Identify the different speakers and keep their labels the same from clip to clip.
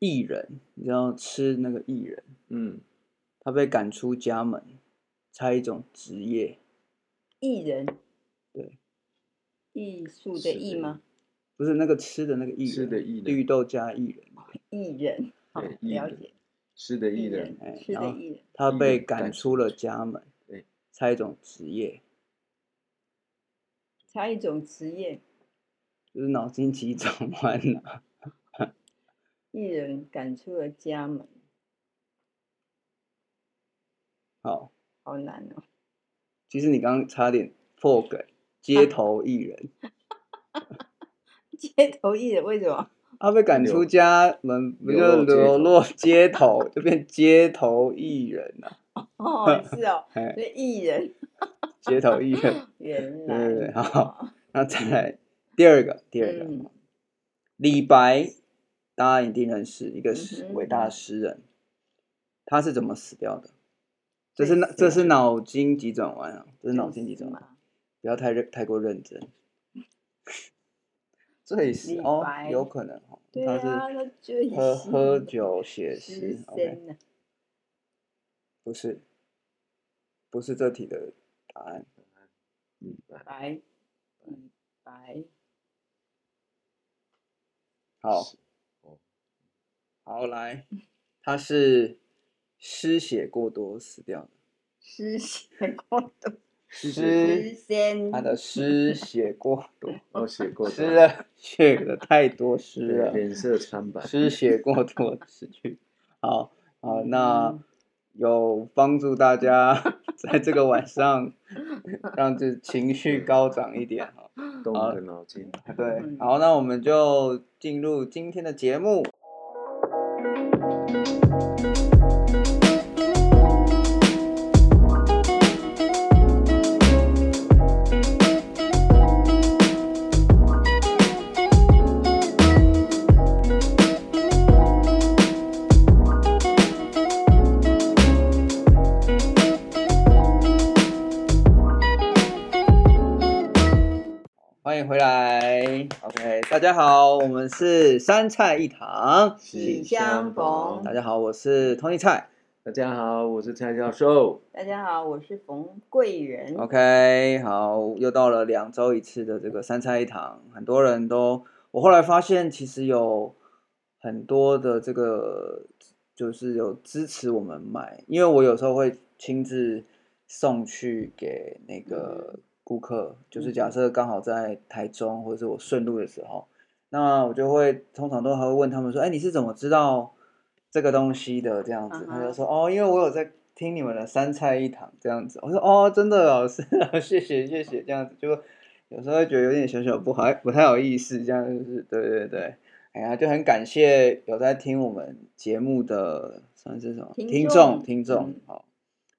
Speaker 1: 薏仁，你知道吃那个薏仁，
Speaker 2: 嗯，
Speaker 1: 他被赶出家门，才一种职业，
Speaker 3: 艺人，
Speaker 1: 对，
Speaker 3: 艺术的艺吗？
Speaker 1: 不是那个吃的那个薏仁，
Speaker 2: 吃的薏仁
Speaker 1: 绿豆加薏仁，
Speaker 3: 艺人，好，
Speaker 2: 对艺
Speaker 3: 了
Speaker 2: 人
Speaker 3: 解，
Speaker 2: 吃的
Speaker 3: 艺
Speaker 2: 艺人，
Speaker 1: 哎
Speaker 3: 人，是
Speaker 1: 然
Speaker 3: 的
Speaker 1: 后
Speaker 3: 艺人，
Speaker 1: 他
Speaker 2: 薏
Speaker 1: 被
Speaker 2: 仁
Speaker 1: 赶
Speaker 2: 赶
Speaker 1: 出
Speaker 2: 出
Speaker 1: 了
Speaker 2: 家
Speaker 1: 家门
Speaker 2: 对，
Speaker 1: 才一种职业，
Speaker 3: 才一种职业，
Speaker 1: 就是脑筋急转弯啊呐、
Speaker 3: 艺人赶出了家门，
Speaker 1: 好，
Speaker 3: 好难哦。
Speaker 1: 其实你刚刚差点破梗，街头艺人，
Speaker 3: 街头艺人为什么？
Speaker 1: 他被赶出
Speaker 2: 流
Speaker 1: 家 门，不
Speaker 2: 流
Speaker 1: 就
Speaker 2: 落街
Speaker 1: 流
Speaker 2: 头
Speaker 1: 落街头，就变街头艺人啊呐、
Speaker 3: 哦，是 哦，
Speaker 1: 哎
Speaker 3: 所以艺人
Speaker 1: 街头艺人。
Speaker 3: 原
Speaker 1: 对对对
Speaker 3: 来
Speaker 1: 好
Speaker 3: 哦，
Speaker 1: 那再来第二个，第二个，
Speaker 3: 嗯
Speaker 1: 李白，大家一定认识一个诗
Speaker 3: 嗯哼
Speaker 1: 伟大的诗人，他是怎么死掉的？这
Speaker 3: 被
Speaker 1: 是脑
Speaker 3: 死
Speaker 1: 这是
Speaker 3: 亡
Speaker 1: 脑筋急转弯啊，这是脑
Speaker 3: 醉
Speaker 1: 筋急
Speaker 3: 死
Speaker 1: 转弯，
Speaker 3: 嘛？
Speaker 1: 不要太认太过认真。 醉死
Speaker 3: 李
Speaker 1: 哦，
Speaker 3: 白
Speaker 1: 有可能哦，
Speaker 3: 对
Speaker 1: 他
Speaker 3: 啊，
Speaker 1: 是
Speaker 3: 他醉
Speaker 1: 喝
Speaker 3: 死
Speaker 1: 喝
Speaker 3: 了
Speaker 1: 酒写
Speaker 3: 失
Speaker 1: 诗，OK，
Speaker 3: 身了，
Speaker 1: 不是，不是这题的答案。
Speaker 2: 嗯，
Speaker 3: 白，嗯，白，
Speaker 1: 好
Speaker 2: 是哦，
Speaker 1: 好来，他是失血过多死掉的，
Speaker 3: 失血过多，
Speaker 1: 失
Speaker 3: 失身
Speaker 1: 他，的失血过多，
Speaker 2: 我写过
Speaker 1: 吃
Speaker 2: 的，
Speaker 1: 了血的太多，
Speaker 2: 对
Speaker 1: 湿了，
Speaker 2: 脸色苍白，
Speaker 1: 失血过多失去。好，好，那
Speaker 3: 嗯
Speaker 1: 有帮助大家 在这个晚上让这情绪高涨一点哈。
Speaker 2: 动我的脑筋，
Speaker 1: 对
Speaker 3: 嗯，
Speaker 1: 好，那我们就进入今天的节目。欢迎回来，OK，大家好，我们是三菜一汤。
Speaker 3: 喜相逢
Speaker 1: 大家好，我是 Tony 蔡
Speaker 2: 大家好，我是蔡教授，
Speaker 3: 大家好，我是冯贵人。
Speaker 1: ，OK，好，又到了两周一次的这个三菜一汤，很多人都，我后来发现其实有很多的这个就是有支持我们买，因为我有时候会亲自送去给那个顾客，就是假设刚好在台中或者是我顺路的时候，那我就会通常都还会问他们说，哎，你是怎么知道这个东西的？这样子，他
Speaker 3: 嗯哼
Speaker 1: 就说，哦，因为我有在。听你们的三菜一汤这样子，我说哦，真的老师，是啊 谢谢谢谢，这样子就有时候会觉得有点小小不好，不太有意思，这样就是对对对，哎呀，就很感谢有在听我们节目的算是什么
Speaker 3: 听
Speaker 1: 听
Speaker 3: 众
Speaker 1: 众听众
Speaker 3: 嗯，
Speaker 1: 好、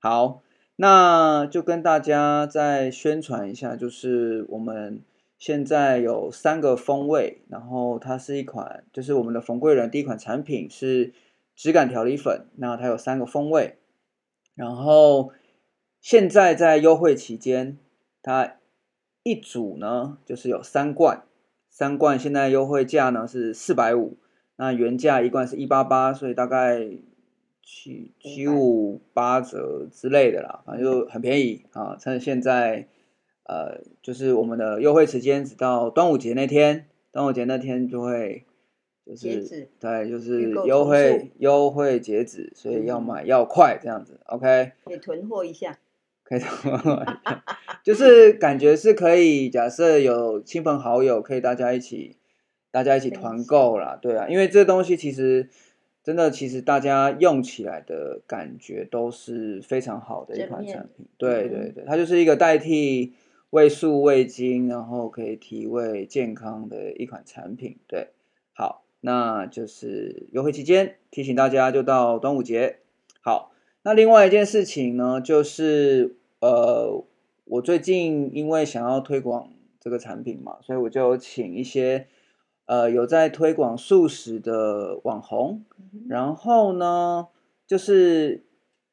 Speaker 1: 好，那就跟大家再宣传一下，就是我们现在有三个风味，然后它是一款，就是我们的冯贵人第一款产品是质感调理粉，那它有三个风味，然后现在在优惠期间，它一组呢就是有三罐，三罐现在优惠价呢是四百五，那原价一罐是一八八，所以大概七七五八折之类的啦，反正就很便宜啊。趁现在呃，就是我们的优惠时间，直到端午节那天，端午节那天就会。就
Speaker 3: 截
Speaker 1: 是
Speaker 3: 止
Speaker 1: 对，就是
Speaker 3: 预购
Speaker 1: 优
Speaker 3: 从
Speaker 1: 惠
Speaker 3: 速
Speaker 1: 优惠截止，所以要
Speaker 3: 嗯
Speaker 1: 买要快这样子，OK。
Speaker 3: 可以囤货一下。
Speaker 1: 可以这么玩 就是感觉是可以，假设有亲朋好友，可以大家一起，大家一起团购啦，对啊，因为这东西其实真的，其实大家用起来的感觉都是非常好的一
Speaker 3: 正
Speaker 1: 款
Speaker 3: 面
Speaker 1: 产品，对
Speaker 3: 嗯
Speaker 1: 对对，它就是一个代替味素味精，然后可以提味健康的一款产品，对，好，那就是优惠期间提醒大家，就到端午节，好。那另外一件事情呢，就是呃，我最近因为想要推广这个产品嘛，所以我就有请一些呃有在推广素食的网红，
Speaker 3: 嗯
Speaker 1: 然后呢，就是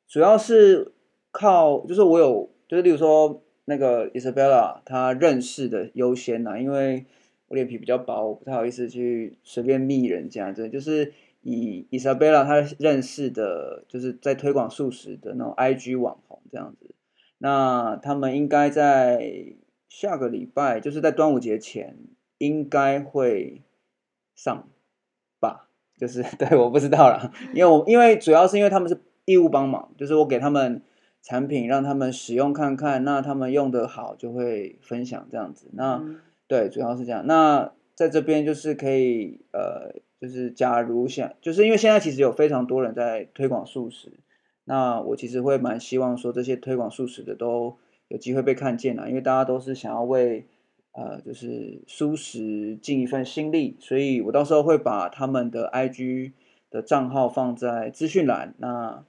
Speaker 1: 主要是靠，就是我有，就是例如说那个 Isabella 她认识的优啊先呐、因为我脸皮比较薄，我不太好意思去随便密人家，这就是以 Isabella 她认识的，就是在推广素食的那种 IG 网红这样子。那他们应该在下个礼拜，就是在端午节前，应该会上吧？就是 对，我不知道啦，因为我因为主要是因为他们是义务帮忙，就是我给他们产品让他们使用看看，那他们用的好就会分享这样子。那、
Speaker 3: 嗯
Speaker 1: 对，主要是这样。那在这边就是可以，呃，就是假如想，就是因为现在其实有非常多人在推广素食，那我其实会蛮希望说这些推广素食的都有机会被看见啊，因为大家都是想要为呃就是素食尽一份心力，所以我到时候会把他们的 IG 的账号放在资讯栏，那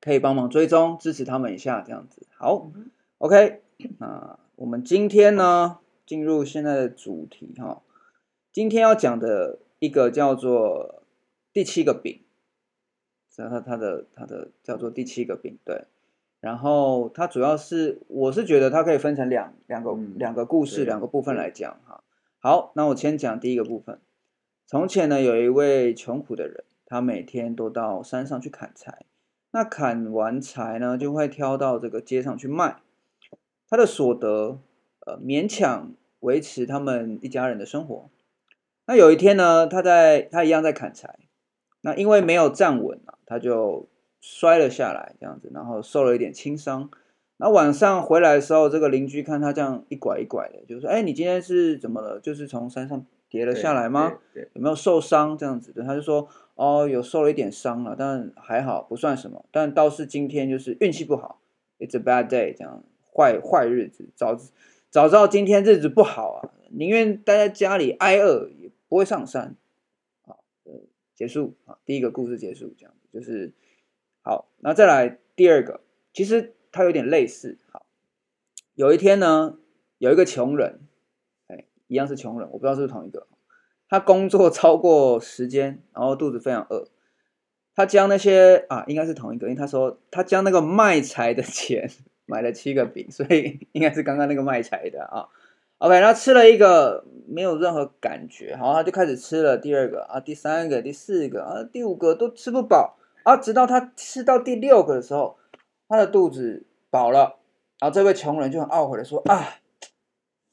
Speaker 1: 可以帮忙追踪支持他们一下，这样子。好
Speaker 3: 嗯哼
Speaker 1: ，OK，那我们今天呢进入现在的主题哈，今天要讲的一个叫做第七个饼。然后它的它的叫做第七个饼，对。然后它主要是，我是觉得它可以分成两两个、
Speaker 2: 嗯
Speaker 1: 两个故事
Speaker 2: 对
Speaker 1: 两个部分来讲哈。好，那我先讲第一个部分。从前呢，有一位穷苦的人，他每天都到山上去砍柴。那砍完柴呢，就会挑到这个街上去卖。他的所得，呃，勉强维持他们一家人的生活。那有一天呢，他在他一样在砍柴，那因为没有站稳啊，他就摔了下来，这样子，然后受了一点轻伤。那晚上回来的时候，这个邻居看他这样一拐一拐的，就说：“哎，你今天是怎么了？就是从山上跌了
Speaker 2: 对
Speaker 1: 下来吗？？
Speaker 2: 对，对
Speaker 1: 有没有受伤？”这样子，对，他就说：“哦，有受了一点伤了，但还好，不算什么。但倒是今天就是运气不好，It's a bad day，这样坏坏日子，早早知道今天日子不好啊，宁愿待在家里挨饿，也不会上山。”呃结束啊，第一个故事结束，这样子就是好。那再来第二个，其实它有点类似。好，有一天呢，有一个穷人，哎，一样是穷人，我不知道是不是同一个。他工作超过时间，然后肚子非常饿。他将那些啊，应该是同一个，因为他说他将那个卖柴的钱买了七个饼，所以应该是刚刚那个卖柴的啊。OK，然后吃了一个没有任何感觉，然后他就开始吃了第二个啊，第三个、第四个啊，第五个都吃不饱啊，直到他吃到第六个的时候，他的肚子饱了，然后这位穷人就很懊悔的说啊，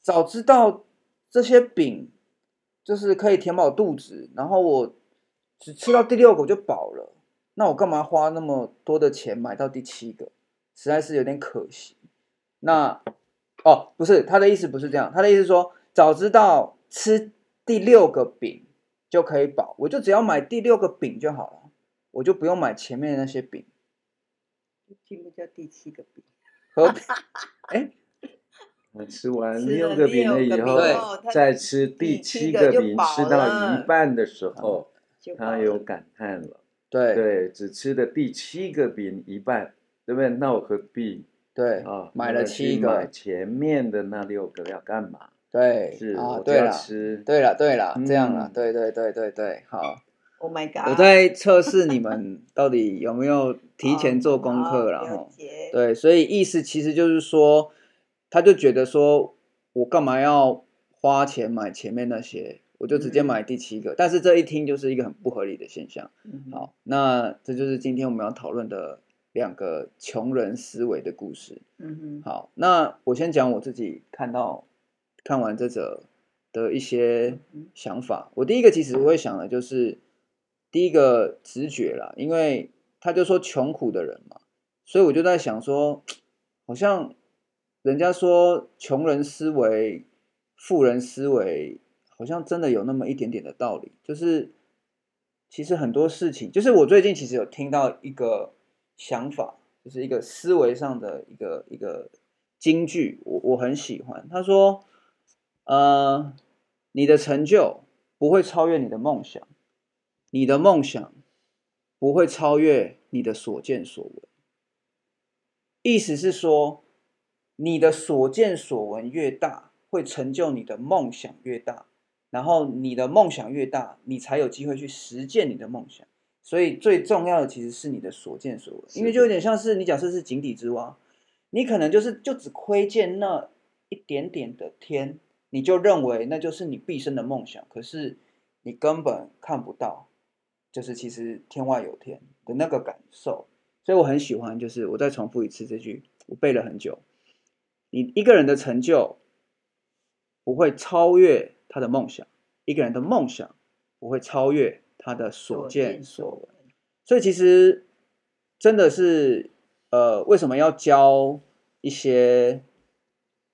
Speaker 1: 早知道这些饼就是可以填饱肚子，然后我只吃到第六个我就饱了，那我干嘛花那么多的钱买到第七个？实在是有点可惜。那哦，不是他的意思，不是这样，他的意思是说，早知道吃第六个饼就可以饱，我就只要买第六个饼就好了，我就不用买前面的那些饼。
Speaker 3: 进步叫第七个饼，
Speaker 1: 何必？
Speaker 2: 那吃完
Speaker 3: 吃
Speaker 2: 六
Speaker 3: 了
Speaker 2: 个饼
Speaker 3: 六
Speaker 2: 了以
Speaker 3: 个饼
Speaker 2: 后
Speaker 3: 后它，
Speaker 2: 再吃第
Speaker 3: 第
Speaker 2: 七
Speaker 3: 七
Speaker 2: 个
Speaker 3: 个就
Speaker 2: 饼，
Speaker 3: 饱
Speaker 2: 吃到一
Speaker 3: 了
Speaker 2: 半的时候，
Speaker 3: 就饱
Speaker 2: 他
Speaker 3: 了
Speaker 2: 有感叹了。
Speaker 1: 对
Speaker 2: 对，只吃的第七个饼一半，对不对？那我何必
Speaker 1: 对
Speaker 2: 啊？
Speaker 1: 买
Speaker 2: 那
Speaker 1: 了
Speaker 2: 我
Speaker 1: 七
Speaker 2: 去
Speaker 1: 个
Speaker 2: 买前面的那六个要干嘛？
Speaker 1: 对
Speaker 2: 是
Speaker 1: 啊，
Speaker 2: 我就
Speaker 1: 对
Speaker 2: 要
Speaker 1: 了，
Speaker 2: 吃。
Speaker 1: 对了，对了，这样了，
Speaker 2: 嗯
Speaker 1: 对对对对对，好，
Speaker 3: Oh my God！
Speaker 1: 我在测试你们到底有没有
Speaker 3: 哦
Speaker 1: 提前做功课了
Speaker 3: 了哈
Speaker 1: 哈。。
Speaker 3: 对
Speaker 1: 对，所以意思其实就是说，他就觉得说我干嘛要花钱买前面那些，我就直接
Speaker 3: 嗯
Speaker 1: 买第七个。但是这一听就是一个很不合理的现象。
Speaker 3: 嗯
Speaker 1: 好，那这就是今天我们要讨论的两个穷人思维的故事。
Speaker 3: 嗯哼，
Speaker 1: 好，那我先讲我自己看到看完这则的一些
Speaker 3: 嗯
Speaker 1: 想法。我第一个其实会想的就是第一个直觉啦，因为他就说穷苦的人嘛，所以我就在想说，好像人家说穷人思维、富人思维，好像真的有那么一点点的道理。就是其实很多事情，就是我最近其实有听到一个想法，就是一个思维上的一个一个金句，我我很喜欢。他说，呃，你的成就不会超越你的梦想，你的梦想不会超越你的所见所闻。意思是说，你的所见所闻越大，会成就你的梦想越大，然后你的梦想越大，你才有机会去实践你的梦想。所以最重要的其实是你的所见所闻，
Speaker 2: 是
Speaker 1: 因为
Speaker 2: 的
Speaker 1: 就有点像是你假设是井底之蛙，你可能就是就只窥见那一点点的天，你就认为那就是你毕生的梦想，可是你根本看不到，就是其实天外有天的那个感受。所以我很喜欢，就是我再重复一次这句，我背了很久。你一个人的成就不会超越他的梦想，一个人的梦想不会超越他的所见所闻。
Speaker 3: 闻。
Speaker 1: 所以其实真的是，呃，为什么要交一些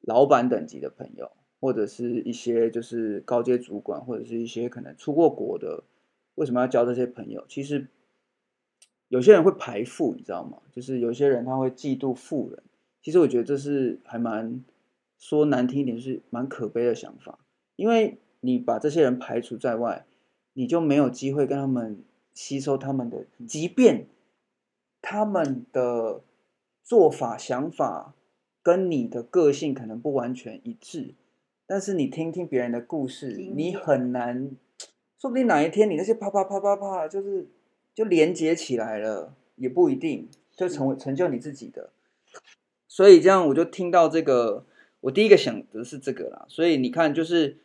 Speaker 1: 老板等级的朋友，或者是一些就是高阶主管，或者是一些可能出过国的，为什么要交这些朋友？其实有些人会排富，你知道吗？就是有些人他会嫉妒富人。其实我觉得这是还蛮说难听一点，就是蛮可悲的想法，因为你把这些人排除在外，你就没有机会跟他们吸收他们的，即便他们的做法、想法跟你的个性可能不完全一致，但是你听听别人的故事
Speaker 3: 经，
Speaker 1: 你
Speaker 3: 验
Speaker 1: 很难，说不定哪一天你那些啪啪啪啪啪，就是就连接起来了，也不一定，就成为成就你自己的。所以这样我就听到这个，我第一个想的是这个啦。所以你看，就是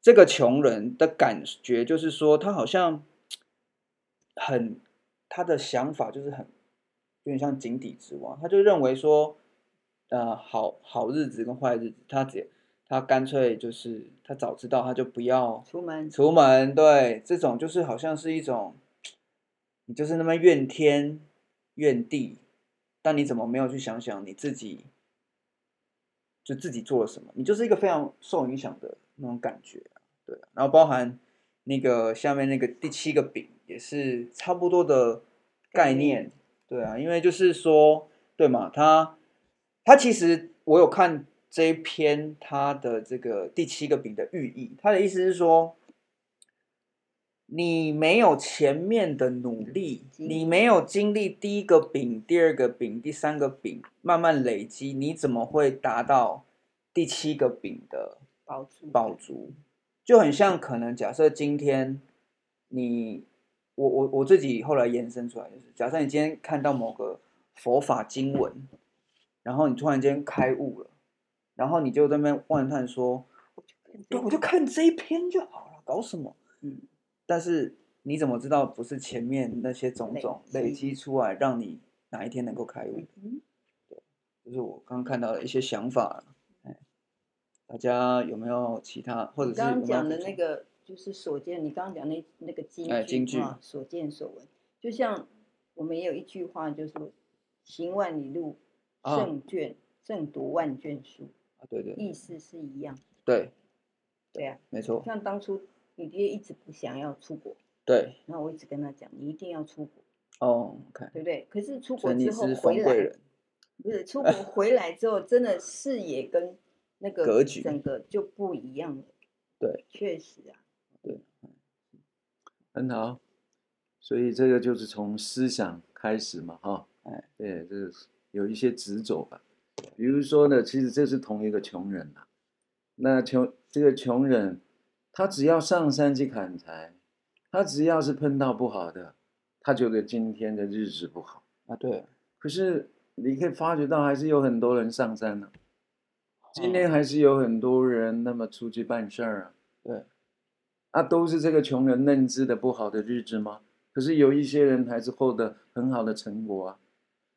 Speaker 1: 这个穷人的感觉，就是说他好像很他的想法就是很有点像井底之蛙，他就认为说，呃，好好日子跟坏日子，他只他干脆就是他早知道他就不要
Speaker 3: 出门
Speaker 1: 出门，对，这种就是好像是一种，你就是那么怨天怨地，但你怎么没有去想想你自己，就自己做了什么？你就是一个非常受影响的那种感觉啊、对啊、然后包含那个下面那个第七个饼也是差不多的概
Speaker 3: 概念
Speaker 1: 念，对啊，因为就是说，对嘛，他他其实我有看这一篇他的这个第七个饼的寓意，他的意思是说，你没有前面的努力，
Speaker 3: 经历
Speaker 1: 你没有经历第一个饼、第二个饼、第三个饼，慢慢累积，你怎么会达到第七个饼的
Speaker 3: 保住
Speaker 1: 爆竹，就很像可能假设今天你我我我自己后来延伸出来就是，假设你今天看到某个佛法经文，然后你突然间开悟了，然后你就在那边万叹说，对，我就看这一篇就好了，搞什么？
Speaker 3: 嗯，
Speaker 1: 但是你怎么知道不是前面那些种种
Speaker 3: 累积
Speaker 1: 累积出来，让你哪一天能够开悟？
Speaker 3: 嗯
Speaker 1: 就是我刚刚看到的一些想法，哎，大家有没有其他或者
Speaker 3: 你
Speaker 1: 是有
Speaker 3: 刚
Speaker 1: 没有
Speaker 3: 刚讲的
Speaker 1: 补充
Speaker 3: 那个就是所见，你刚刚讲那那个京
Speaker 1: 哎京
Speaker 3: 剧
Speaker 1: 剧
Speaker 3: 啊，所见所闻，就像我们也有一句话，就是“行万里路，
Speaker 1: 啊
Speaker 3: 胜券胜读万卷书
Speaker 1: 啊，对”，对
Speaker 3: 意思是一样。
Speaker 1: 对，
Speaker 3: 对啊，
Speaker 1: 没错，
Speaker 3: 像当初你爹一直不想要出国，
Speaker 1: 对
Speaker 3: 然后我一直跟他讲，你一定要出国，
Speaker 1: 哦，OK，
Speaker 3: 对不对？可是出
Speaker 1: 所
Speaker 3: 国
Speaker 1: 以你
Speaker 3: 之后
Speaker 1: 是
Speaker 3: 回
Speaker 1: 冯贵
Speaker 3: 来，
Speaker 1: 人，
Speaker 3: 不是出国回来之后，真的视野跟那个
Speaker 1: 格局
Speaker 3: 整个就不一样了。
Speaker 1: 对，
Speaker 3: 确实啊，
Speaker 2: 很好，所以这个就是从思想开始嘛，哈，
Speaker 1: 哎，
Speaker 2: 对，这是有一些执着吧。比如说呢，其实这是同一个穷人啊。那穷这个穷人，他只要上山去砍柴，他只要是碰到不好的，他觉得今天的日子不好。
Speaker 1: 啊，对，
Speaker 2: 可是你可以发觉到，还是有很多人上山了、今天
Speaker 1: 哦
Speaker 2: 还是有很多人那么出去办事儿啊。
Speaker 1: 对，
Speaker 2: 啊，都是这个穷人认知的不好的日子吗？可是有一些人还是获得很好的成果啊。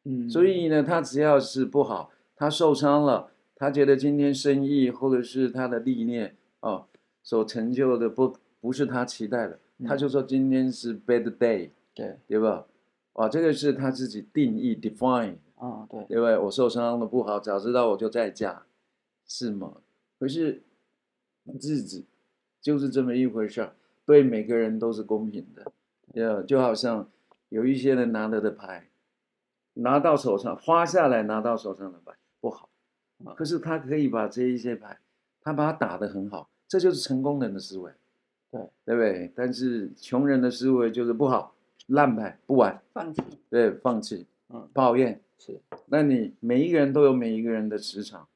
Speaker 1: 嗯，
Speaker 2: 所以呢，他只要是不好，他受伤了，他觉得今天生意或者是他的历练哦所成就的不不是他期待的，他
Speaker 1: 嗯
Speaker 2: 就说今天是 bad day，
Speaker 1: 对
Speaker 2: 对吧？啊，这个是他自己定义 define
Speaker 1: 啊，对，
Speaker 2: 对不对？我受伤了不好，早知道我就再嫁，是吗？可是日子就是这么一回事儿，对每个人都是公平的。呃，就好像有一些人拿了的牌，拿到手上花下来拿到手上的牌不好，可是他可以把这一些牌，他把它打得很好，这就是成功人的思维，
Speaker 1: 对
Speaker 2: 对不对？但是穷人的思维就是不好，烂牌不玩，
Speaker 3: 放弃
Speaker 2: 对，放弃，
Speaker 1: 嗯，
Speaker 2: 抱怨，
Speaker 1: 是，
Speaker 2: 那你每一个人都有每一个人的磁场，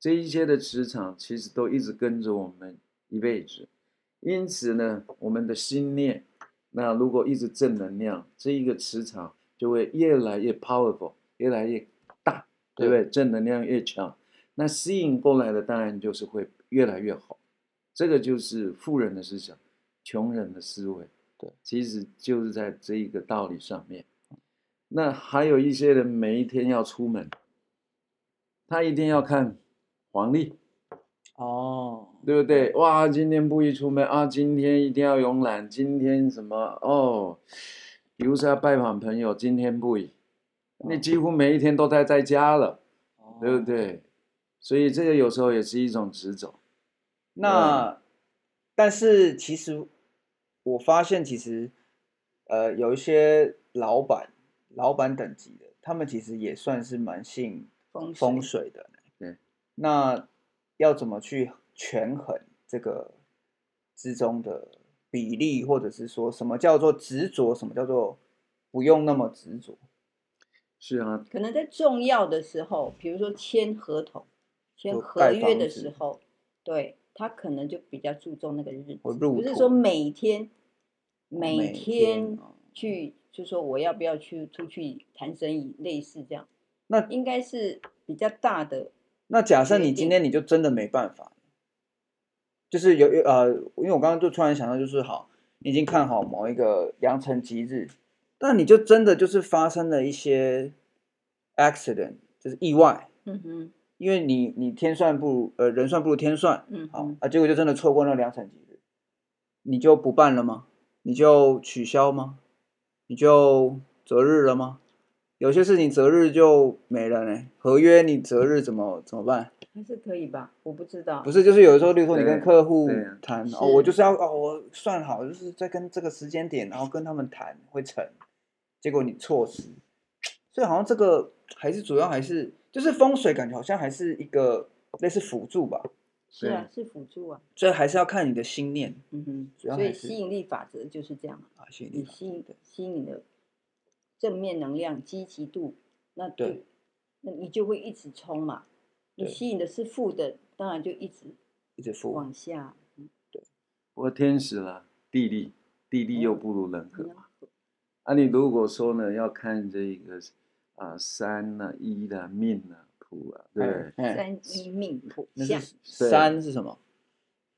Speaker 2: 这一些的磁场其实都一直跟着我们一辈子。因此呢，我们的心念，那如果一直正能量，这一个磁场就会越来越 powerful，越来越大，对不对？正能量越强，那吸引过来的当然就是会越来越好。这个就是富人的思想，穷人的思维。
Speaker 1: 对，
Speaker 2: 其实就是在这一个道理上面。那还有一些人每一天要出门，他一定要看黄历，
Speaker 1: 哦，
Speaker 2: 对不对？哇，今天不宜出门啊，今天一定要慵懒，今天什么哦，比如说要拜访朋友，今天不宜。你几乎每一天都待在家了，
Speaker 1: 哦
Speaker 2: 对不？对？所以这个有时候也是一种执着。
Speaker 1: 那，但是其实我发现，其实呃，有一些老板、老板等级的，他们其实也算是蛮信
Speaker 3: 风啊
Speaker 1: 风
Speaker 3: 水
Speaker 1: 水的。
Speaker 2: 对，
Speaker 1: 那要怎么去权衡这个之中的比例，或者是说什么叫做执着，什么叫做不用那么执着？
Speaker 2: 是啊，
Speaker 3: 可能在重要的时候，比如说签合同、签
Speaker 1: 或
Speaker 3: 合
Speaker 1: 盖
Speaker 3: 约
Speaker 1: 房
Speaker 3: 的
Speaker 1: 子
Speaker 3: 时候，对他可能就比较注重那个日子，
Speaker 1: 或入
Speaker 3: 不是
Speaker 1: 土
Speaker 3: 说每天
Speaker 1: 每
Speaker 3: 每
Speaker 1: 天
Speaker 3: 天
Speaker 1: 哦
Speaker 3: 去就说我要不要去出去谈生意，类似这样。
Speaker 1: 那
Speaker 3: 应该是比较大的，
Speaker 1: 那假设
Speaker 3: 决
Speaker 1: 你今
Speaker 3: 定
Speaker 1: 天你就真的没办法，就是有有呃，因为我刚刚就突然想到，就是好，你已经看好某一个良辰吉日，但你就真的就是发生了一些 accident，就是意外，
Speaker 3: 嗯哼，
Speaker 1: 因为你你天算不如呃人算不如天算，
Speaker 3: 嗯
Speaker 1: 好
Speaker 3: 哼，
Speaker 1: 啊，结果就真的错过那良辰吉日，你就不办了吗？你就取消吗？你就择日了吗？有些事情择日就没了呢，合约你择日怎么怎么办？
Speaker 3: 还是可以吧？我不知道，
Speaker 1: 不是，就是有的时候，例如说你
Speaker 2: 对
Speaker 1: 跟客户
Speaker 2: 对啊
Speaker 1: 谈
Speaker 3: 是
Speaker 1: 哦，我就是要哦，我算好，就是在跟这个时间点，然后跟他们谈会成，结果你错失，所以好像这个还是主要还是就是风水，感觉好像还是一个类似辅助吧，
Speaker 3: 是啊，是辅助啊，
Speaker 1: 所以还是要看你的心念
Speaker 3: 嗯哼，
Speaker 1: 主要
Speaker 3: 所
Speaker 1: 还
Speaker 3: 以
Speaker 1: 是
Speaker 3: 吸引力法则就是这样
Speaker 1: 啊，
Speaker 3: 啊。
Speaker 1: 吸引力
Speaker 3: 你
Speaker 1: 法
Speaker 3: 吸引吸引的正面能量、积极度，那就
Speaker 1: 对
Speaker 3: 那你就会一直冲嘛。你
Speaker 1: 对
Speaker 3: 吸引的是负的，当然就一直
Speaker 1: 一直付
Speaker 3: 往下。
Speaker 2: 不过天时啦，地利，地利又不如人和。
Speaker 3: 嗯
Speaker 2: 啊，你如果说呢，要看这个啊山呐、一啦、命呐、土啊，对不对？
Speaker 1: 哎，
Speaker 3: 三一命谱
Speaker 1: 那
Speaker 3: 相，
Speaker 1: 是
Speaker 2: 对
Speaker 1: 三是什么？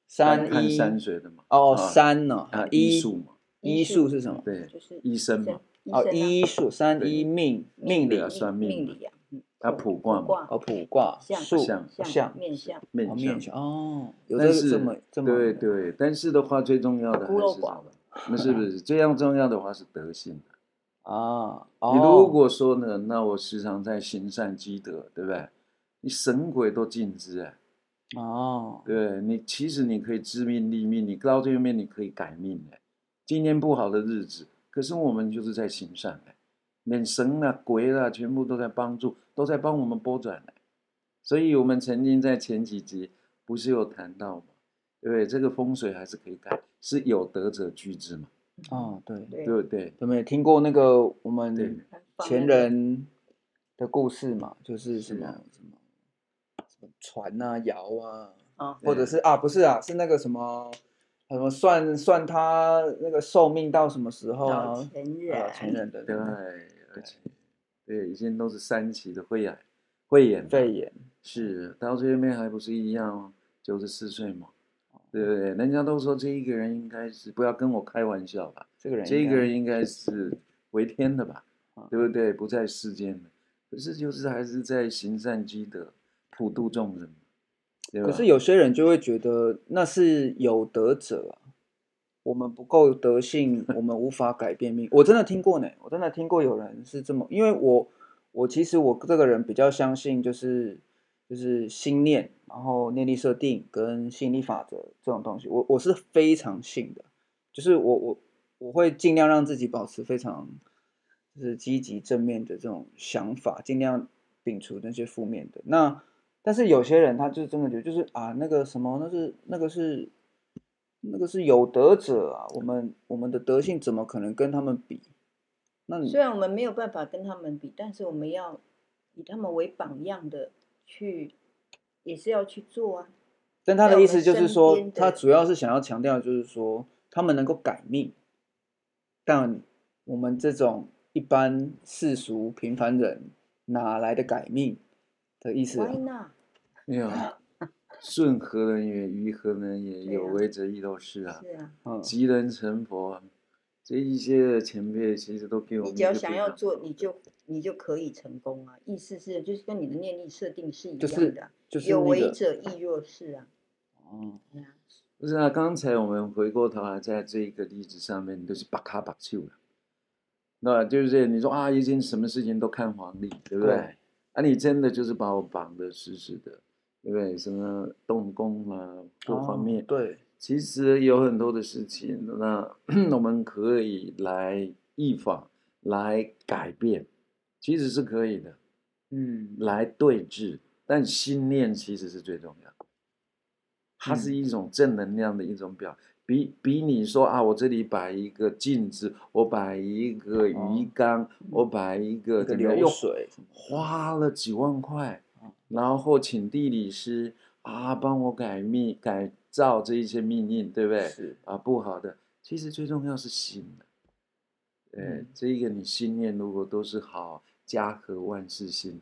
Speaker 2: 山
Speaker 1: 三
Speaker 2: 看
Speaker 1: 一
Speaker 2: 山水的嘛。
Speaker 1: 哦，
Speaker 2: 啊
Speaker 1: 三呢
Speaker 2: 啊？
Speaker 1: 一
Speaker 2: 医术嘛，
Speaker 1: 医术是什么？
Speaker 2: 对
Speaker 3: 就是
Speaker 2: 医生嘛，
Speaker 3: 医
Speaker 1: 哦，
Speaker 3: 生啊
Speaker 1: 医术三
Speaker 2: 对
Speaker 1: 一命命理
Speaker 2: 对啊算命
Speaker 3: 命
Speaker 2: 嘛
Speaker 3: 理啊，嗯
Speaker 2: 它
Speaker 3: 卜
Speaker 2: 卜卦嘛
Speaker 3: 卦
Speaker 1: 哦，卜卦
Speaker 3: 相
Speaker 1: 术
Speaker 2: 相
Speaker 3: 相
Speaker 1: 相
Speaker 3: 面相，啊
Speaker 2: 面
Speaker 1: 哦，
Speaker 2: 相。
Speaker 1: 面相哦，有这
Speaker 2: 但
Speaker 1: 个
Speaker 2: 是
Speaker 1: 这么这么
Speaker 2: 对对，但是的话，最重要的还
Speaker 3: 孤陋
Speaker 2: 是什
Speaker 3: 寡
Speaker 2: 么？不是不是，最样重要的话是德性。
Speaker 1: 啊，
Speaker 2: 你
Speaker 1: 哦
Speaker 2: 如果说呢，那我时常在行善积德，对不对？你神鬼都尽知哎，
Speaker 1: 哦，
Speaker 2: 对你其实你可以知命立命，你到最后面你可以改命哎。今天不好的日子，可是我们就是在行善哎，连神啊鬼啊全部都在帮助，都在帮我们拨转哎。所以我们曾经在前几集不是有谈到吗？对不对？这个风水还是可以改，是有德者居之嘛，
Speaker 1: 哦，对，
Speaker 3: 对
Speaker 2: 对不对？
Speaker 1: 有没有听过那个我
Speaker 2: 对
Speaker 1: 们
Speaker 3: 放
Speaker 1: 前
Speaker 3: 那个
Speaker 1: 人的故事嘛？就是什
Speaker 2: 是
Speaker 1: 么
Speaker 2: 啊
Speaker 1: 什么什么船啊、摇啊，
Speaker 3: 啊，
Speaker 1: 或者
Speaker 2: 对
Speaker 1: 是啊，不是啊，是那个什么什么算算他那个寿命到什么时候啊？
Speaker 3: 老前
Speaker 1: 啊
Speaker 3: 人，
Speaker 1: 前人的
Speaker 2: 对，而且对，以前都是三期的慧眼，慧眼嘛
Speaker 1: 肺炎，
Speaker 2: 是到最后面还不是一样哦，九十四岁嘛，对不对？人家都说这一个人应该是不要跟我开玩笑吧，
Speaker 1: 这个人
Speaker 2: 这
Speaker 1: 应
Speaker 2: 一个
Speaker 1: 该
Speaker 2: 人应该是为天的吧
Speaker 1: 啊，
Speaker 2: 对不对？不在世间的，可是就是还是在行善积德，普度众人嘛，对吧？
Speaker 1: 可是有些人就会觉得那是有德者啊，我们不够德性，我们无法改变命。 我真的听过呢，我真的听过有人是这么，因为我我其实我这个人比较相信就是就是心念，然后念力设定跟吸引力法则这种东西，我我是非常信的，就是我我我会尽量让自己保持非常就是积极正面的这种想法，尽量摒除那些负面的那。但是有些人他就真的觉得就是啊，那个什么，那是那个是那个是有德者啊，我们我们的德性怎么可能跟他们比？那你
Speaker 3: 虽然我们没有办法跟他们比，但是我们要以他们为榜样的去，也是要去做啊。
Speaker 1: 但他
Speaker 3: 在
Speaker 1: 的
Speaker 3: 我
Speaker 1: 意
Speaker 3: 们
Speaker 1: 思就是
Speaker 3: 身
Speaker 1: 说
Speaker 3: 边，的
Speaker 1: 他主要是想要强调就是说他们能够改命，但我们这种一般世俗平凡人哪来的改命的意思啊、
Speaker 3: Why not？
Speaker 2: 没有哎顺何人也，于何人也，
Speaker 3: 对
Speaker 2: 有
Speaker 3: 啊
Speaker 2: 为则亦若是啊。
Speaker 3: 是啊，
Speaker 1: 嗯，
Speaker 2: 吉人成佛啊，这一些的前辈其实都给我
Speaker 3: 你
Speaker 2: 们
Speaker 3: 只要
Speaker 2: 一个
Speaker 3: 想
Speaker 2: 非
Speaker 3: 要
Speaker 2: 常
Speaker 3: 做，你就你就可以成功啊！意思是就是跟你的念力设定是一
Speaker 1: 就
Speaker 3: 样
Speaker 1: 是
Speaker 3: 的啊，
Speaker 1: 就是
Speaker 3: 有
Speaker 1: 那
Speaker 3: 为
Speaker 1: 个
Speaker 3: 者亦若是啊。
Speaker 2: 哦，
Speaker 3: 哎呀
Speaker 2: 不是啊，刚才我们回过头来，啊在这一个例子上面都是把卡把球了，那就是你说啊，已经什么事情都看黄历，对不对？
Speaker 1: 对
Speaker 2: 啊，你真的就是把我绑得死死的，对不对？什么动工啦、各
Speaker 1: 哦
Speaker 2: 方面，
Speaker 1: 对，
Speaker 2: 其实有很多的事情，那 我们可以来预防、来改变，其实是可以的，
Speaker 1: 嗯，
Speaker 2: 来对峙，但心念其实是最重要的，它是
Speaker 1: 嗯
Speaker 2: 一种正能量的一种表，比比你说啊，我这里摆一个镜子，我摆一个鱼
Speaker 1: 哦
Speaker 2: 缸，我摆一个
Speaker 1: 那个
Speaker 2: 怎么样
Speaker 1: 流
Speaker 2: 又
Speaker 1: 水什么的
Speaker 2: 花了几万块
Speaker 1: 哦，
Speaker 2: 然后请地理师啊帮我改命改造这一些命运，对不对？
Speaker 1: 是
Speaker 2: 啊，不好的，其实最重要是心的。呃、
Speaker 1: 嗯
Speaker 2: 这一个你心念如果都是好，家和万事兴。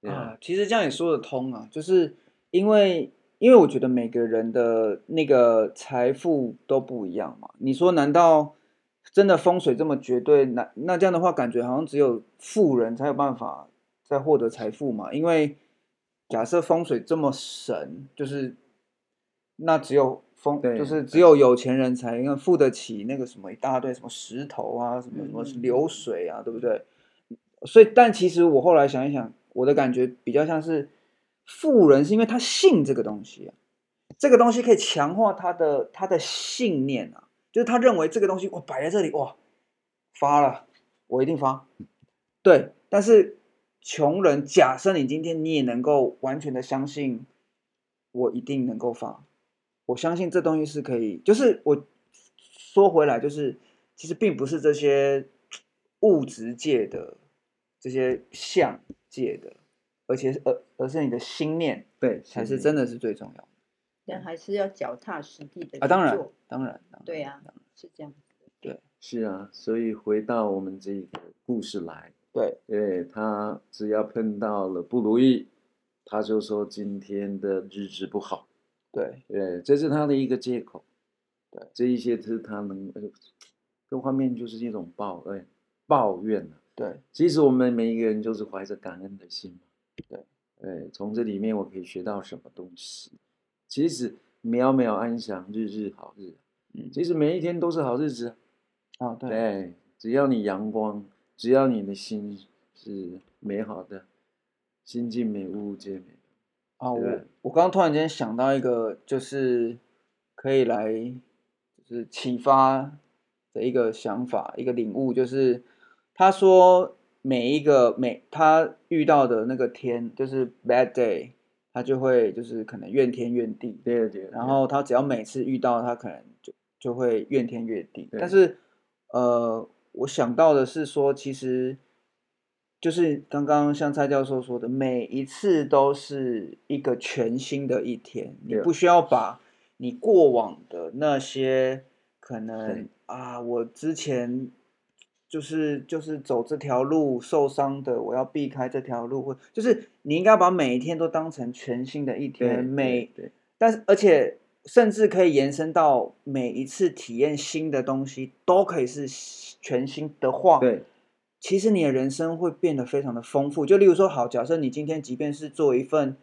Speaker 2: 对啊，
Speaker 1: 啊，其实这样也说得通啊，就是因为因为我觉得每个人的那个财富都不一样嘛。你说难道真的风水这么绝对？那那这样的话，感觉好像只有富人才有办法再获得财富嘛？因为假设风水这么神，就是那只有风，
Speaker 2: 对
Speaker 1: 就是只
Speaker 2: 对
Speaker 1: 有有钱人才能付得起那个什么一大堆什么石头啊，什么什么
Speaker 3: 嗯嗯
Speaker 1: 流水啊，对不对？所以，但其实我后来想一想，我的感觉比较像是富人，是因为他信这个东西啊，这个东西可以强化他的他的信念啊，就是他认为这个东西我摆在这里，哇，发了，我一定发。对，但是穷人，假设你今天你也能够完全的相信，我一定能够发，我相信这东西是可以，就是我说回来，就是其实并不是这些物质界的这些象界的，而且是而而是你的心念
Speaker 2: 对，
Speaker 1: 才是真
Speaker 2: 的。
Speaker 1: 的是最重要的
Speaker 3: 但还是要脚踏实地的
Speaker 1: 啊！当然，当然，当然
Speaker 3: 对啊
Speaker 1: 当然
Speaker 3: 是这样。
Speaker 2: 是啊，所以回到我们这个故事来，
Speaker 1: 对，
Speaker 2: 对他只要碰到了不如意，他就说今天的日子不好。
Speaker 1: 对，
Speaker 2: 对，这是他的一个借口。
Speaker 1: 对，
Speaker 2: 这一些是他能，呃各方面就是一种抱怨，抱怨啊。
Speaker 1: 对，
Speaker 2: 其实我们每一个人就是怀着感恩的心嘛。
Speaker 1: 对，
Speaker 2: 对，哎从这里面我可以学到什么东西？其实秒秒安详，日日好日。啊
Speaker 1: 嗯，
Speaker 2: 其实每一天都是好日子啊。
Speaker 1: 啊，对，
Speaker 2: 对，只要你阳光，只要你的心是美好的，心境美，物皆美。
Speaker 1: 啊，我
Speaker 2: 对
Speaker 1: 我刚刚突然间想到一个，就是可以来，就是启发的一个想法，一个领悟，就是他说每一个每他遇到的那个天，就是 bad day，他就会就是可能怨天怨地，
Speaker 2: 对对。
Speaker 1: 然
Speaker 2: 对
Speaker 1: 后他只要每次遇到，他可能就就会怨天怨地。
Speaker 2: 对
Speaker 1: 但是，呃，我想到的是说，其实就是刚刚像蔡教授说的，每一次都是一个全新的一天，你
Speaker 2: 对啊
Speaker 1: 不需要把你过往的那些可
Speaker 2: 对
Speaker 1: 能啊，我之前。就是就是走这条路受伤的，我要避开这条路，或就是你应该把每一天都当成全新的一
Speaker 2: 对
Speaker 1: 天，每
Speaker 2: 对对
Speaker 1: 但是而且甚至可以延伸到每一次体验新的东西都可以是全新的话，
Speaker 2: 对
Speaker 1: 其实你的人生会变得非常的丰富。就例如说，好，假设你今天即便是做一份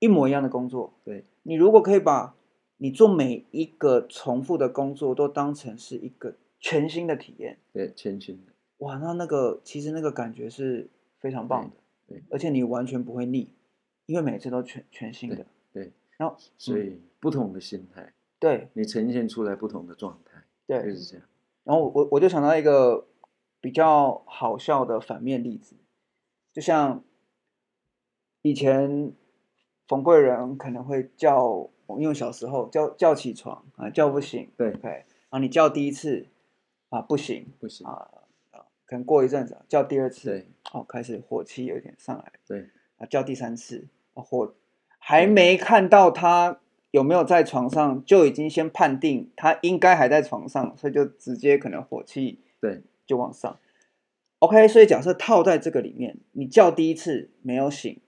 Speaker 1: 一模一样的工作，
Speaker 2: 对
Speaker 1: 你如果可以把你做每一个重复的工作都当成是一个全新的体验，
Speaker 2: 对，谦逊的。
Speaker 1: 哇，那那个其实那个感觉是非常棒的，
Speaker 2: 对对
Speaker 1: 而且你完全不会腻，因为每次都全全新的，
Speaker 2: 对，
Speaker 1: 然后
Speaker 2: 所
Speaker 1: 嗯
Speaker 2: 以不同的心态，
Speaker 1: 对
Speaker 2: 你呈现出来不同的状态，
Speaker 1: 对，
Speaker 2: 就是这样。
Speaker 1: 然后我我就想到一个比较好笑的反面例子，就像以前冯贵人可能会叫，因为小时候叫叫起床啊叫不醒
Speaker 2: 对，
Speaker 1: ，OK，然后你叫第一次啊不行
Speaker 2: 不行，
Speaker 1: 啊，啊可能过一阵子啊叫第二次
Speaker 2: 对，
Speaker 1: 哦开始火气有点上来了
Speaker 2: 对
Speaker 1: 啊，叫第三次啊火还没看到他有没有在床上，就已经先判定他应该还在床上，所以就直接可能火气
Speaker 2: 对
Speaker 1: 就往上。OK，所以假设套在这个里面，你叫第一次没有醒，